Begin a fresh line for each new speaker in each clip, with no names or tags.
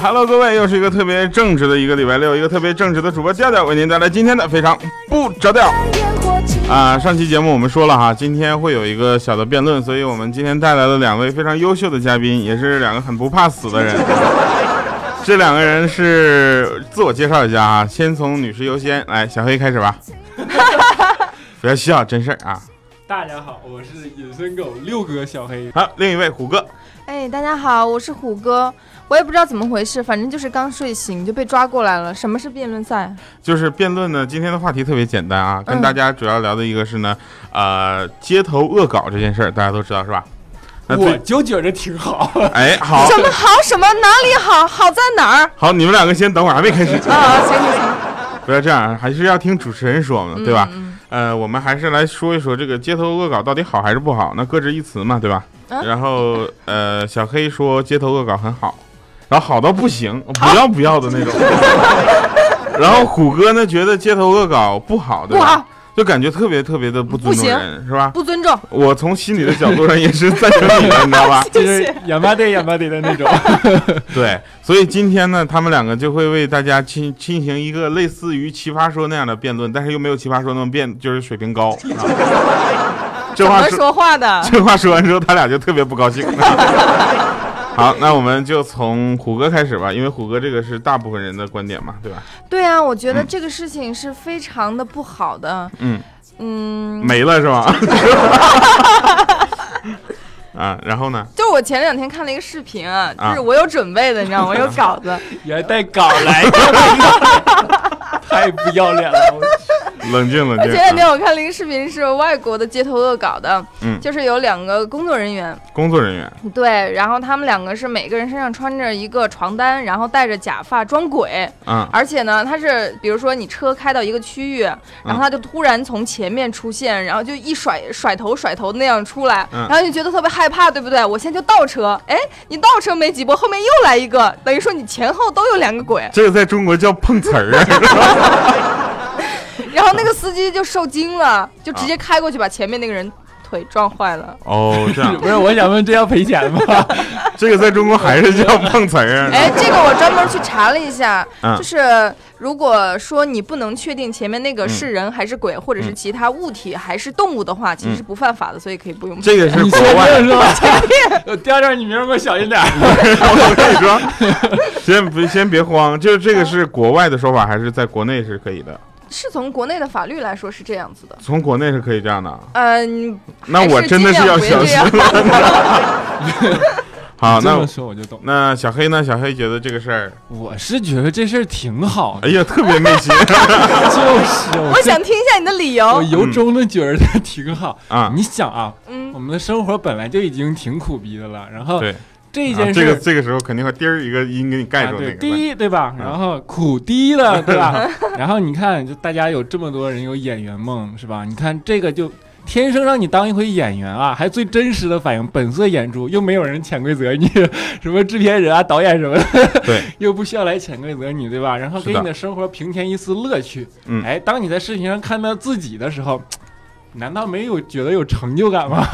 Hello，各位，又是一个特别正直的一个礼拜六，一个特别正直的主播调调为您带来今天的非常不着调啊。上期节目我们说了哈，今天会有一个小的辩论，所以我们今天带来了两位非常优秀的嘉宾，也是两个很不怕死的人。这两个人是自我介绍一下啊，先从女士优先，来小黑开始吧。不要笑，真事儿啊。
大家好，我是隐身狗六哥小黑。
好，另一位虎哥，
哎，大家好，我是虎哥。我也不知道怎么回事，反正就是刚睡醒就被抓过来了。什么是辩论赛？
就是辩论呢。今天的话题特别简单啊，跟
嗯
大家主要聊的一个是呢，呃，街头恶搞这件事儿，大家都知道是吧？那
我
对，
就觉着挺 好，
哎， 好
什么好？什么哪里好？好在哪儿？
好，你们两个先等会儿，还没开始，
啊，行行行，
不要这样，还是要听主持人说嘛，对吧？
嗯？
呃，我们还是来说一说这个街头恶搞到底好还是不好，那各执一词嘛，对吧？
啊
然后呃，小黑说街头恶搞很好，然后好到不行，不要不要的那种。 然后虎哥呢，觉得街头恶搞不好，对
不
吧？
好，
就感觉特别特别的不尊重
不行
人，是吧？
不尊重。？
我从心理的角度上也是赞成你的，你知道吧
就是
谢谢。
眼巴得眼巴得的那 种。
对，所以今天呢，他们两个就会为大家进进行一个类似于《奇葩说》那样的辩论，但是又没有《奇葩说》那么辩，就是水平高。啊、这
怎
话
么
说，
说话的？
这话说完之后，他俩就特别不高兴。 好，那我们就从虎哥开始吧，因为虎哥这个是大部分人的观点嘛，对吧？
对啊，我觉得
嗯
这个事情是非常的不好的。
嗯
嗯，
没了是 吧？啊，然后呢？
就我前两天看了一个视频啊，
啊
就是我有准备的，你 知道吗？我有稿子。
也带稿来 的，太不要脸了！我
冷静冷
我
静。
前两天
啊
我看了一个视频，是外国的街头恶搞的，
嗯
就是有两个工作人员，
工作人员，
对，然后他们两个是每个人身上穿着一个床单，然后戴着假发装鬼，
啊
嗯，
而且呢，他是比如说你车开到一个区域，然后他就突然从前面出现，然后就一甩甩头甩头那样出来，
嗯
然后你觉得特别害怕，对不对？我现在就倒车，哎，你倒车没几步，后面又来一个，等于说你前后都有两 个鬼，
这个在中国叫碰瓷儿 啊。
然后那个司机就受惊了，就直接开过去把前面那个人腿撞坏了。
哦，这样，
不是，我想问，这要赔钱吗？
这个在中国还是叫碰瓷儿啊。
哎，这个我专门去查了一下，
嗯
就是如果说你不能确定前面那个是人还是鬼，或者是其他物体还是动物的话，其实是不犯法的，所以可以不用赔。
这个是
你确
国外，
定是吧？我调调，你明儿给我小心点儿。
我跟你说，先别先别慌，就是这个是国外的说法，还是在国内是可以的？
是从国内的法律来说是这样子的。
从国内是可以这样的，
嗯，
那
还
我
是
真的
尽
是要
量不
小
这
心
样。
好，
这
啊那
么
我
说我就懂。
那小黑呢？小黑觉得这个事儿，
我是觉得这事儿挺好
哎
的，
呀，特别内心哎
就是我
我
真
想听一下你的理
我
由。
由衷的觉得它挺好。
啊。
你想啊，我
嗯，
们的生活本来就已经挺苦逼的了，然后
对
这
啊
件事
这
儿
个这个时候肯定会滴儿一个音给你盖
啊
住
对
那个。
低对吧？
嗯
然后苦低了对吧？然后你看，就大家有这么多人有演员梦是吧？你看这个就天生让你当一回演员啊，还最真实的反映本色演出，又没有人潜规则你，什么制片人啊、导演什么的，
对，
又不需要来潜规则你对吧？然后
是
给
的
你的生活平添一丝乐趣。
嗯
哎，当你在视频上看到自己的时候。难道没有觉得有成就感吗？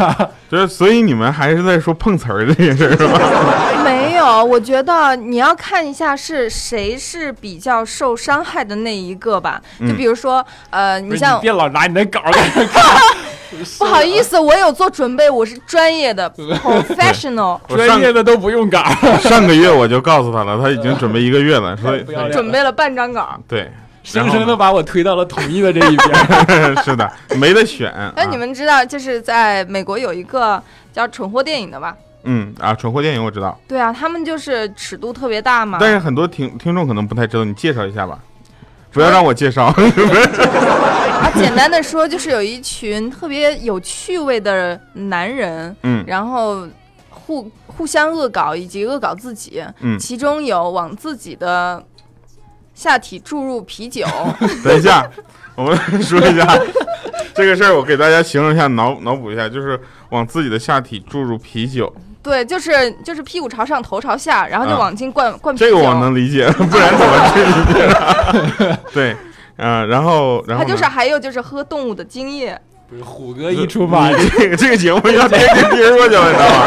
就是所以你们还是在说碰瓷儿这件事儿是吧？
没有，我觉得你要看一下是谁是比较受伤害的那一个吧。就
嗯
比如说，呃，
不
你
是你
像
别老拿你的 稿儿给我看，
不好意思，我有做准备，我是专 业的 professional，
我上
专业的都不用稿儿。
上个月我就告诉他了，他已经准备一个月 了，所以
不要脸
准备了半张稿。
对，
生生的把我推到了同意的这一边。
是的，没得选。
那
啊
哎你们知道，就是在美国有一个叫蠢货电影的吧？
嗯啊，蠢货电影我知道，
对啊，他们就是尺度特别大嘛。
但是很多听听众可能不太知道，你介绍一下吧。不要让我介 绍，
啊，简单的说，就是有一群特别有趣味的男人，
嗯
然后互互相恶搞以及恶搞自己，
嗯，
其中有往自己的下体注入 啤酒，
等一下，我们说一下 这个事儿，我给大家形容一下，脑脑补一下，就是往自己的下体注入啤酒，
对，就是就是屁股朝上，头朝下，然后就
啊
往进灌、灌啤酒。
这个我能理解，不然怎么去理解 啊？对，嗯、然后然后
他就是
呢
还有就是喝动物的精液，
不是虎哥一出 马，
嗯你这个这个节目要颠颠过去了，你知道吗？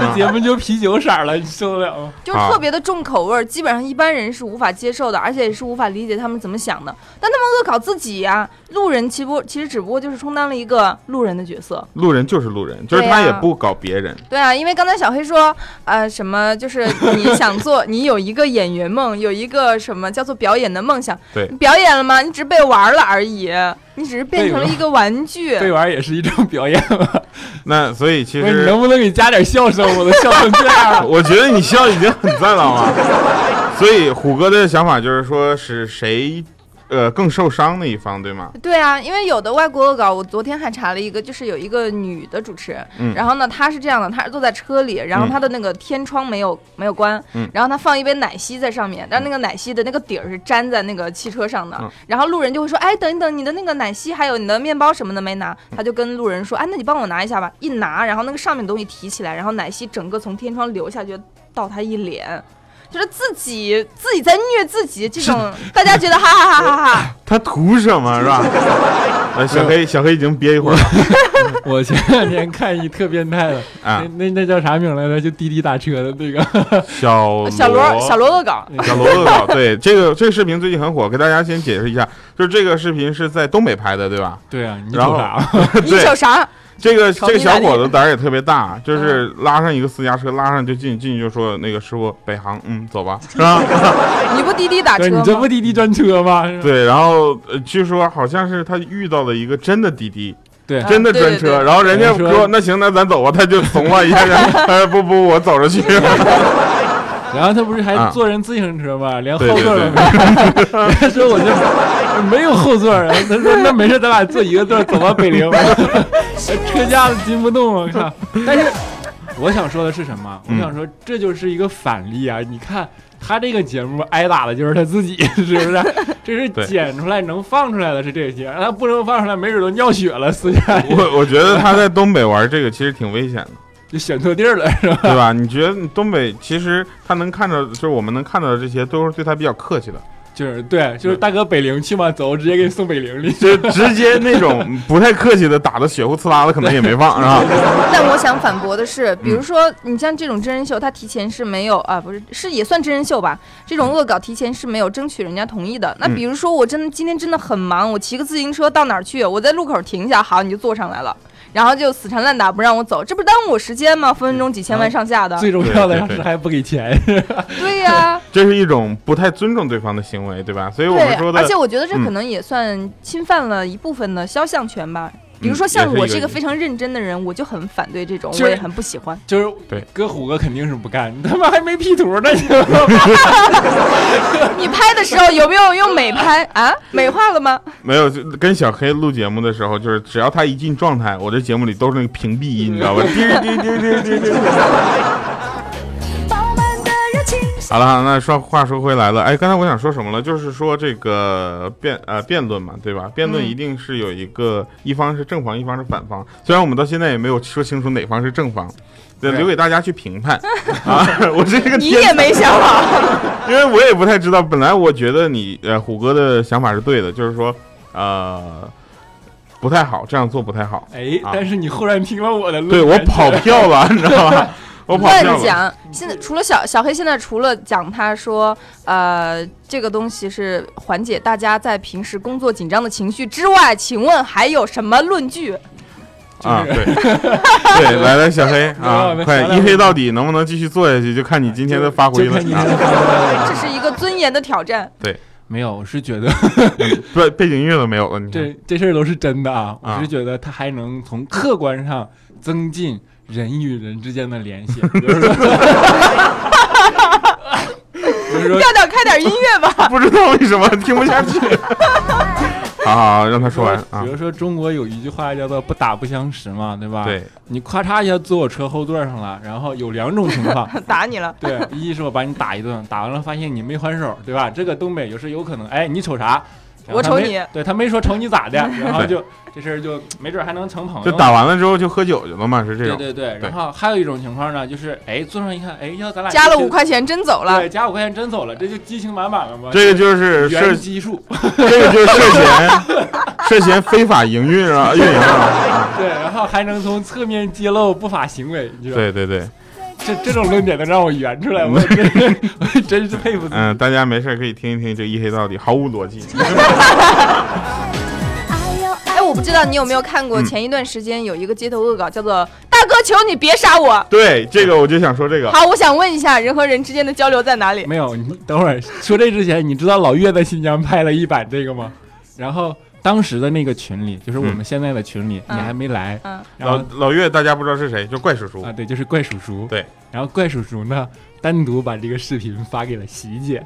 那节目就啤酒色儿了，你受得了吗？
就是特别的重口味儿，基本上一般人是无法接受的，而且也是无法理解他们怎么想的。但他们恶搞自己呀、路人其不其实只不过就是充当了一个路人的角色。
路人就是路人，就是
对
他
呀
也不搞别人。
对啊，因为刚才小黑说，呃，什么就是你想做，你有一个演员梦，有一个什么叫做表演的梦想。
对
你表演了吗？你只是被玩了而已，你只是变
对
成了
吧
一个玩具。
这玩意儿也是一种表演 吧？
那所以其
不是你
实
能不能给加点笑声？我都笑成这样了。
我觉得你笑已经很赞了啊。 所以虎哥的想法就是说，是谁呃更受伤的一方，对吗？
对啊，因为有的外国恶搞，我昨天还查了一个，就是有一个女的主持人，
嗯
然后呢，她是这样的，她是坐在车里，然后
嗯
她的那个天窗没有没有关，
嗯
然后她放一杯奶昔在上面，但那个奶昔的那个底儿是粘在那个汽车上的，
嗯
然后路人就会说，哎，等一等，你的那个奶昔还有你的面包什么的没拿，她就跟路人说，哎，那你帮我拿一下吧，一拿，然后那个上面的东西提起来，然后奶昔整个从天窗流下去，到她一脸。就是自己自己在虐自己，这种大家觉得哈哈哈哈哈哈，
他图什么是 吧？呃，小黑小黑已经憋一会儿了
我前两天看一特变态的，那
啊。
那那叫啥名来着？就滴滴打车的那个，
小
小罗小罗恶搞，
小罗恶搞，对这个这个视频最近很火，给大家先解释一下，就是这个视频是在东北拍的，对吧？
对啊，你
然后
瞅啥？
你瞅
对，
啥？
这个
瞅
这个
你哪
小
里
伙子胆儿也特别大，就是拉上一个私家车，拉上就进，进去就说那个师傅北航，嗯，走吧，是吧？
你不滴滴打
对
车
你这不
吗？
滴滴专车吗？是 吧
对，然后呃，据说好像是他遇到了一个真的滴滴，
对
真的专车，
啊对对对
然后人家
人家
说
说
那行，那咱走吧，他就怂了一下，然后哎不不，我走着去。
然后他不是还
啊
坐人自行车吗？连后
对对
座都
对
没有。 他说我这没有后座啊。他说那没事，咱俩坐一个座，走吧，北陵。
呃
车架子拎不动，我靠！ 但是我想说的是什么？我
嗯
想说这就是一个反例啊！你看他这个节目挨打的就是他自己， 是不是？这是
对
剪出来能放出来的是这些，他不能放出来，没准都尿血了，私下
我我觉得他在东北玩这个其实挺危险的。
就选错地儿了， 是吧？
对吧？你觉得东北其实他能看到，就是我们能看到的这些，都是对他比较客气的，
就是对，就是大哥北陵去嘛，走，直接给你送北陵里。
就是直接那种不太客气的打的血呼呲啦的，可能也没放，是吧？
但我想反驳的是，
嗯
比如说你像这种真人秀，他提前是没有啊，不是是也算真人秀吧？这种恶搞提前是没有争取人家同意的。那
嗯
比如说我真的今天真的很忙，我骑个自行车到哪儿去？我在路口停下，好，你就坐上来了，然后就死缠烂打不让我走，这不是耽误我时间吗？分分钟几千
啊
万上下的，
最重要
对
的
对
是还不给钱，
对 呀、
这是一种不太尊重对方的行为，对吧？所以我
对
们说，的
而且，我觉得这
嗯
可能也算侵犯了一部分的肖像权吧。比如说，
嗯
像
也
我
是一
这
个
个非常认真的人，我就很反对这种，
就是
我也很不喜欢。
就是
对
哥虎哥肯定是不干，你他妈还没 P 图呢，你
你拍的时候有没有用美 拍啊？美化了吗？
没有就跟小黑录节目的时候，就是只要他一进状态，我这节目里都是那个屏蔽
嗯
音，你知道 吧？滴滴滴滴滴滴。
饱满的热情。
好了，那说话说回来了，哎，刚才我想说什么了？就是说这个辩呃辩论嘛，对吧？辩论一定是有一个一方是正方，一方是反方。虽然我们到现在也没有说清楚哪方是正方，对，
对
留给大家去评 判啊。我这个
你
天
也没想好。
因为我也不太知道。本来我觉得你呃虎哥的想法是对的，就是说呃不太好，这样做不太好。
哎
啊，
但是你忽然听了我的论
对
点，
我跑票了，你知道 吧？ 我跑票
乱
了。
讲。现在除了小小黑，现在除了讲他说，呃，这个东西是缓解大家在平时工作紧张的情绪之外，请问还有什么论据？
啊，
就
对， 对，来来，小黑啊
我，们
快
商量
一黑到底，能不能继续做下去，就看你今天的发挥
就看你
了
这
啊！
发挥了
这是一个尊严的挑战。
没有，我是觉得
背背景音乐都没有了，你看
这这事儿都是真的啊，
啊
我是觉得他还能从客观上增进人与人之间的联 系，比如说，比如说
调调开点音乐 吧。
不知道为什么听不下 去。好好，好让他说完啊
比。如说中国有一句话叫做“不打不相识”嘛，对吧？，
对，
你咔嚓一下坐我车后座上了，然后有两种情 况，
打你了，
对，一是我把你打一顿，打完了发现你没还手，对吧？这个东北有时有可能，哎，你瞅啥？然后
我
他
瞅
没
你，
对他没说瞅你 咋的，然后就这事儿就没准还能成朋友。
就打完了之后就喝酒去了嘛，是这
对
种。
对对，然后还有一种情况呢，就是哎，坐上一看，哎，要咱俩
加了
一起
五，块钱真走了
对，。加五块钱真走了，这就激情满满了嘛。
这个就是涉
原，基数，
这个就是涉嫌涉嫌非法营运啊，运营啊。
对，然后还能从侧面揭露不法行为，你知道吗？
对对对，
这这种论点能让我圆出来， 我真是我真是佩服自己。
嗯，大家没事儿可以听一听这一黑到底，毫无逻辑。
哎，我不知道你有没有看过，
嗯
前一段时间有一个街头恶搞，叫做“大哥，求你别杀我
对，这个我就想说这”。个，
好，我想问一下，人和人之间的交流在哪里？
没有，你等会儿说这之前，你知道老岳在新疆拍了一版这个吗？然后当时的那个群里，就是我们现在的群里，
嗯
你还没来，
嗯，
然
老
后
老岳大家不知道是谁，就怪叔叔
啊，。对，就是怪叔叔，
对，
然后怪叔叔呢单独把这个视频发给了喜姐，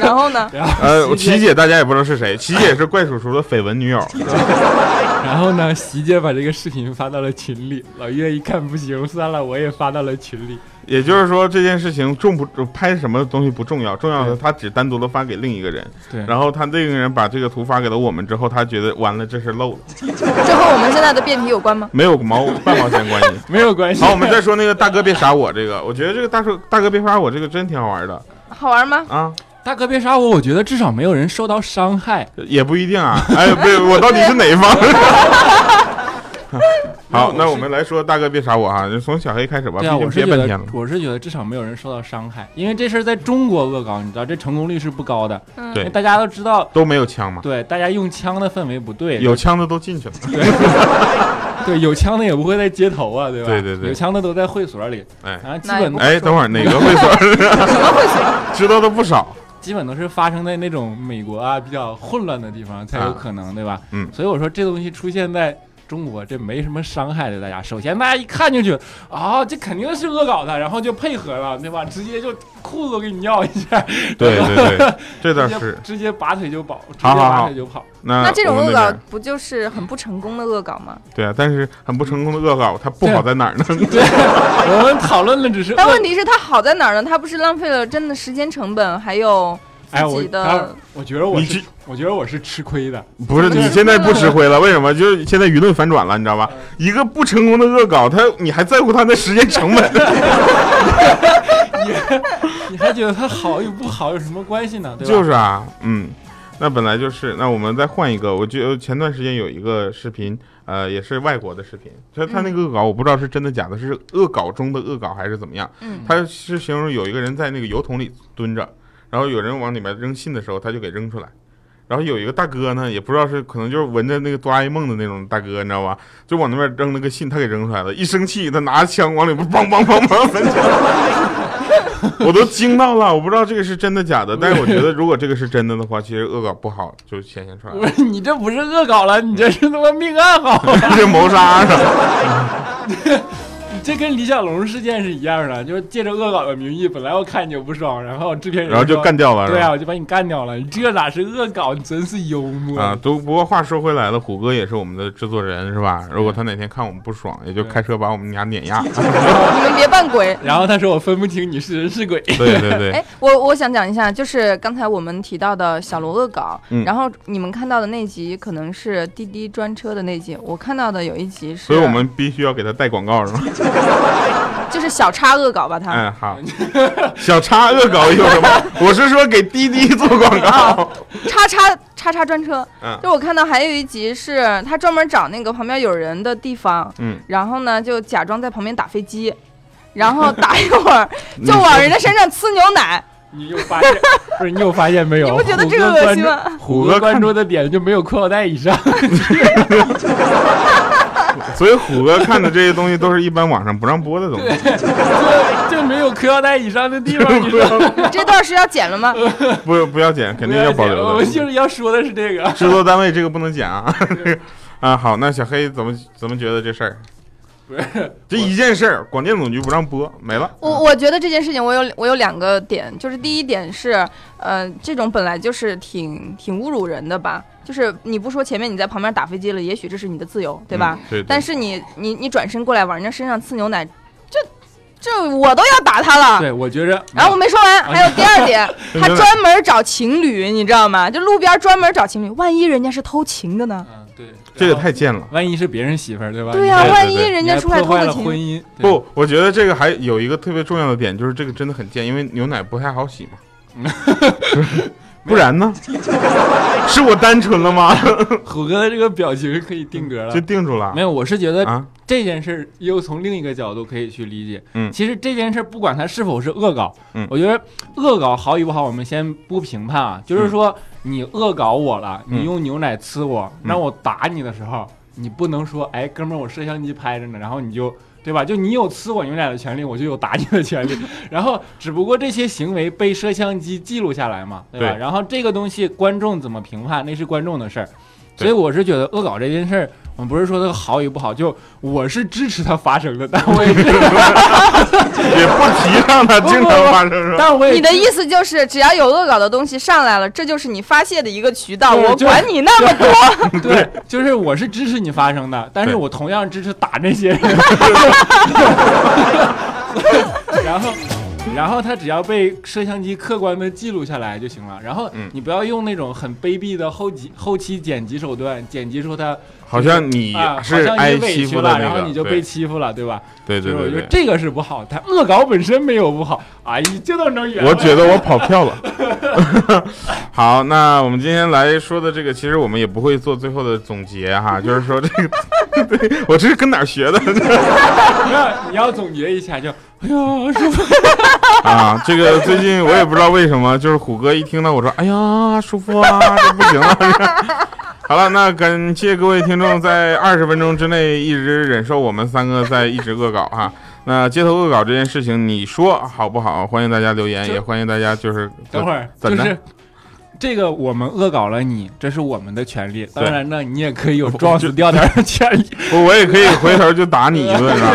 然后呢？
然后
呃，
喜
琪姐大家也不知道是谁，琪姐是怪叔叔的绯闻女 友。
然后呢，喜姐把这个视频发到了群里，老岳一看不行，算了，我也发到了群里，
也就是说，这件事情重不拍什么东西不重要，重要的他只单独的发给另一个人，
对，
然后他另一个人把这个图发给了我们之后，他觉得完了，这事漏了，
这和我们现在的辩题有关吗？
没有毛半毛钱关系。
没有关系。
好，我们再说那个大哥别杀我这个，我觉得这个大叔大哥别杀我这个真挺好玩的
好玩吗？
啊，
大哥别杀我，我觉得至少没有人受到伤害。
也不一定啊。哎，不是，我到底是哪一方？ 好，那我们来说大哥别杀我啊，就从小黑开始吧，
对啊，
毕
我
竟
是
憋
觉
半天
得
了，。
我是觉得至少没有人受到伤害，因为这事儿在中国恶搞，你知道这成功率是不高的，
嗯，
对
大家都知道，
都没有枪嘛，
对，大家用枪的氛围不对，
有枪的都进去了。
对有枪的也不会在街头啊，对吧？
对对对
有枪的都在会所里，
哎
然后基
那也
本
不
哎，等会儿哪个会所
什么会所？
知道的不少？
基本都是发生在那种美国啊比较混乱的地方才有可能，对吧？
嗯
所以我说这东西出现在中国，这没什么伤害对大家。首先大家一看就觉得啊、这肯定是恶搞的，然后就配合了，对 吧？直接就裤子都给你尿一下，
对对对，这倒
直接
是。
直接拔腿就跑，直接
好好
拔
好
腿就跑。
那
那这
啊
种
我
恶
们那
搞
边
不就是很不成功的恶搞吗？
对啊，但是很不成功的恶搞，它不好在哪儿呢？
对，啊我们讨论的只是恶
但问题是它好在哪儿呢？它不是浪费了真的时间成本，还有
哎，
自
我
己的
当然我觉得我
你
是
这
我觉得我是吃亏的，
不是，你现在不吃亏了，为什么？就是现在舆论反转了，你知道吧？一个不成功的恶搞，他你还在乎他的时间成本？
你还觉得它好与不好有什么关系呢？对吧？
就是啊，嗯，那本来就是。那我们再换一个，我觉得前段时间有一个视频，呃，也是外国的视频，就是他那个恶搞，我不知道是真的假的，是恶搞中的恶搞还是怎么样。
嗯
他是形容有一个人在那个油桶里蹲着，然后有人往里面扔信的时候，他就给扔出来。然后有一个大哥呢，也不知道是可能就是闻着那个哆啦 A 梦的那种大哥，你知道吧？就往那边扔了个信，他给扔出来了。一生气，他拿枪往里边梆梆梆梆梆我都惊到了，我不知道这个是真的假的，但是我觉得如果这个是真的的话，其实恶搞不好就显现出来
不
了，
是你这不是恶搞了，你这是他妈命案好吗？
这谋杀呢？
这跟李小龙事件是一样的，就是借着恶搞的名义，本来我看你就不爽，然后制片人
然后就
说
干掉了，是
对啊，
吧？
我就把你干掉了。你这哪是恶搞，你真是幽默。
啊，都不过话说回来了，虎哥也是我们的制作人，是吧？如果他哪天看我们不爽，也就开车把我们俩碾压。啊
你们别扮鬼。
然后他说我分不清你是人是鬼，
对对对，
哎，我我想讲一下，就是刚才我们提到的小罗恶搞，
嗯
然后你们看到的那集可能是滴滴专车的那集，我看到的有一集是，
所以我们必须要给他带广告，是吗？
就是小叉恶搞吧，他、
哎，好，
嗯
小叉恶搞有什 么？我是说给滴滴做广
啊
告。
叉叉叉叉专车，
嗯
就我看到还有一集是他专门找那个旁边有人的地方，
嗯，
然后呢就假装在旁边打飞机，然后打一会 儿就往人家身上呲牛奶，
你又发现不是你有发现没有？
你不觉得这个
虎哥
恶
关
心
注？
吗？
虎
虎哥
哥关
看
注的点就没有裤腰带以上，
所以虎哥看的这些东西都是一般网上不让播的东西，
就没有裤腰带以上的地 方。你说
这段是要剪了吗？
不不要剪，肯定要保
我
留
们
的。
就是要说的是这个。
制作单位这个不能剪啊。 啊，好，那小黑怎么怎么觉得这事 儿？
不是，
这一件事儿，广电总局不让播，没了。
我我觉得这件事情，我有我有两个点，就是第一点是，呃，这种本来就是挺挺侮辱人的吧，就是你不说前面你在旁边打飞机了，也许这是你的自由，对吧？
嗯？对。对
但是你你你转身过来往人家身上呲牛奶，这这我都要打他了。
对，我觉着
然后我没说完，
嗯
还有第 二点，
对
他
对
专门找情侣，你知道吗？就路边专门找情侣，万一人家是偷情的呢？
嗯对，
这个太贱了。
万一是别人媳妇儿对吧？
啊对呀、
对对
万一
对
人
啊你
家
还
出来
破
偷
坏
个
了婚
情，
姻，对
不，我觉得这个还有一个特别重要的点，就是这个真的很贱，因为牛奶不太好洗嘛。 不然呢？是我单纯了吗？
虎哥这个表情可以定格了
就。定住了
没有，我是觉得
啊？
这件事儿又从另一个角度可以去理解。
嗯
其实这件事儿不管它是否是恶搞，
嗯
我觉得恶搞好与不好，我们先不评判啊。就是说，你恶搞我了，
嗯
你用牛奶呲我，
嗯
让我打你的时候，你不能说，哎，哥们儿，我摄像机拍着呢，然后你就。对吧？就你有呲我牛奶的权利，我就有打你的权 利。然后，只不过这些行为被摄像机记录下来嘛，对吧？
对
然后这个东西观众怎么评判，那是观众的事儿。
对
所以我是觉得恶搞这件事儿，我们不是说它好与不好，就我是支持它发生的， 但我也是，
也不提倡它经常发生是吧？
但我也
你的意思就是，只要有恶搞的东西上来了，这就是你发泄的一个渠道，
对
我
就
管你那么多。
对，就是我是支持你发生的，但是我同样支持打 那些人。 然后，然后他只要被摄像机客观的记录下来就行了。然后
嗯
你不要用那种很卑鄙的后期后期剪辑手段剪辑出他
好像你
啊，好
是
像
挨
你委
欺
屈
负
了，
的那个，
然后你就被
对
欺负了，对吧？
对对
所以我
对
觉
对
得。这个是不好，但恶搞本身没有不好。哎呀，就到能圆了。
我觉得我跑票 了。好，那我们今天来说的这个，其实我们也不会做最后的总结哈，就是说这个， 对我这是跟哪儿学的
那你要总结一下，就哎呀，舒服。
啊？这个最近我也不知道为什么，就是虎哥一听到我说，哎呀，舒服啊，这不行啊。这 好了，那感谢各位听众在二十分钟之内一直忍受我们三个在一直恶搞哈。那街头恶搞这件事情，你说好不好？欢迎大家留言，
就
也欢迎大家就是
等会儿
怎
就
的
是这个我们恶搞了你，这是我们的权利。当然呢，你也可以有撞死掉点儿的权利。
我我也可以回头就打你一顿，是吧？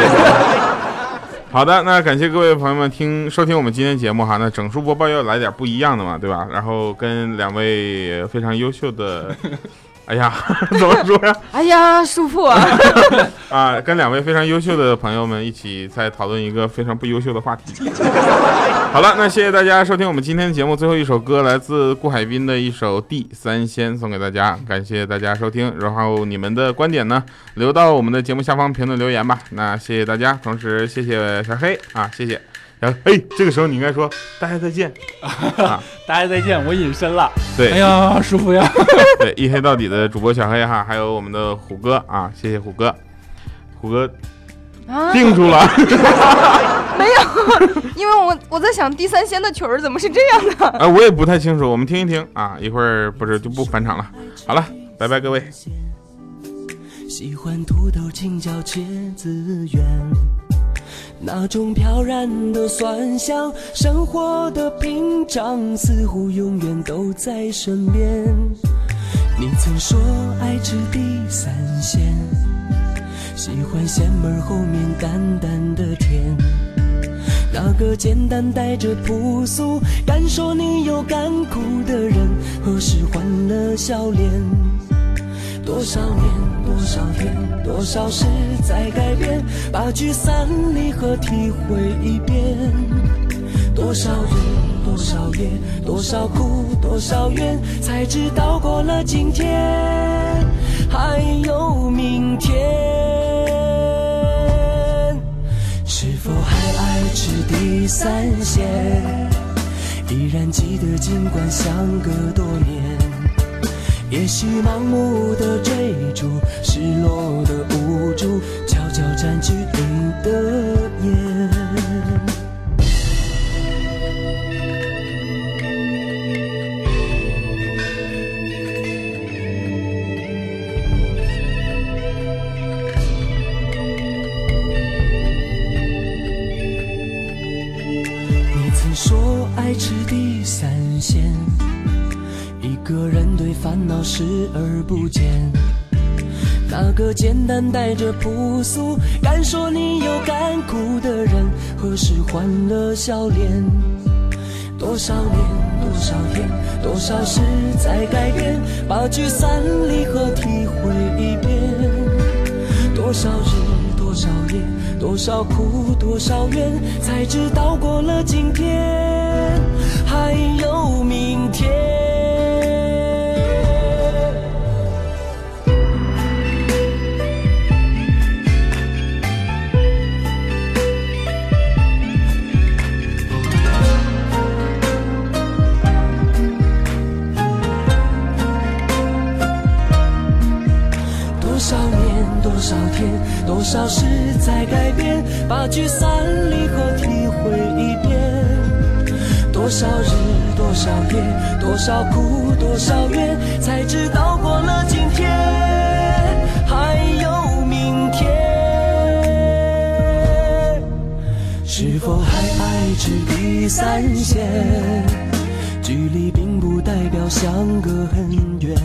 好的，那感谢各位朋友们听收听我们今天节目哈。那整数播报要来点不一样的嘛，对吧？然后跟两位非常优秀的，哎呀， 怎么说呀？
哎呀，舒服啊！
啊，跟两位非常优秀的朋友们一起在讨论一个非常不优秀的话题。 好了，那谢谢大家收听我们今天的节目。最后一首歌来自顾海滨的一首《地三鲜》，送给大家，感谢大家收听。然后你们的观点呢，留到我们的节目下方评论留言吧。那谢谢大家，同时谢谢小黑啊，谢谢。小黑，哎这个时候你应该说大家再见。
大家再见，我隐身了。
对，
哎呀，舒服呀！
对，一黑到底的主播小黑哈，还有我们的虎哥啊，谢谢虎哥，虎哥
啊，
定住了。
没有，因为我我在想地三鲜的曲儿怎么是这样 的？
啊，我也不太清楚，我们听一听啊，一会儿不是就不返场了。好了，拜拜各位。
喜欢土豆、青椒、茄子圆，那种飘然的酸香，生活的平常似乎永远都在身边。你曾说爱吃地三鲜，喜欢咸味儿后面淡淡的甜。那个简单带着朴素，敢说你有甘苦的人，何时换了笑脸？多少年，多少天，多少事在改变，把聚散离合体会一遍。多少日，多少夜，多少苦，多少怨，才知道过了今天，还有明天。是否还爱吃地三鲜？依然记得，尽管相隔多年。也许盲目的追逐，失落的无助，悄悄占据你的眼。你曾说爱吃地三鲜。一个人对烦恼视而不见。那个简单带着朴素，敢说你有甘苦的人，何时换了笑脸？多少年，多少天，多少事在改变，把聚散离合体会一遍。多少日，多少夜，多少苦，多少怨，才知道过了今天，还有明天。少事在改变，把聚散离合体会一遍。多少日，多少夜，多少苦，多少怨，才知道过了今天，还有明天。是否还爱至第三线？距离并不代表相隔很远。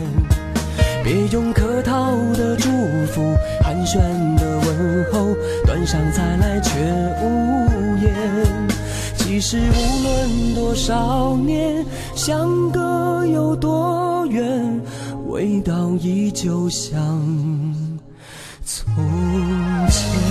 别用客套的祝福、寒暄的问候，端上菜来却无言。其实无论多少年，相隔有多远，味道依旧像从前。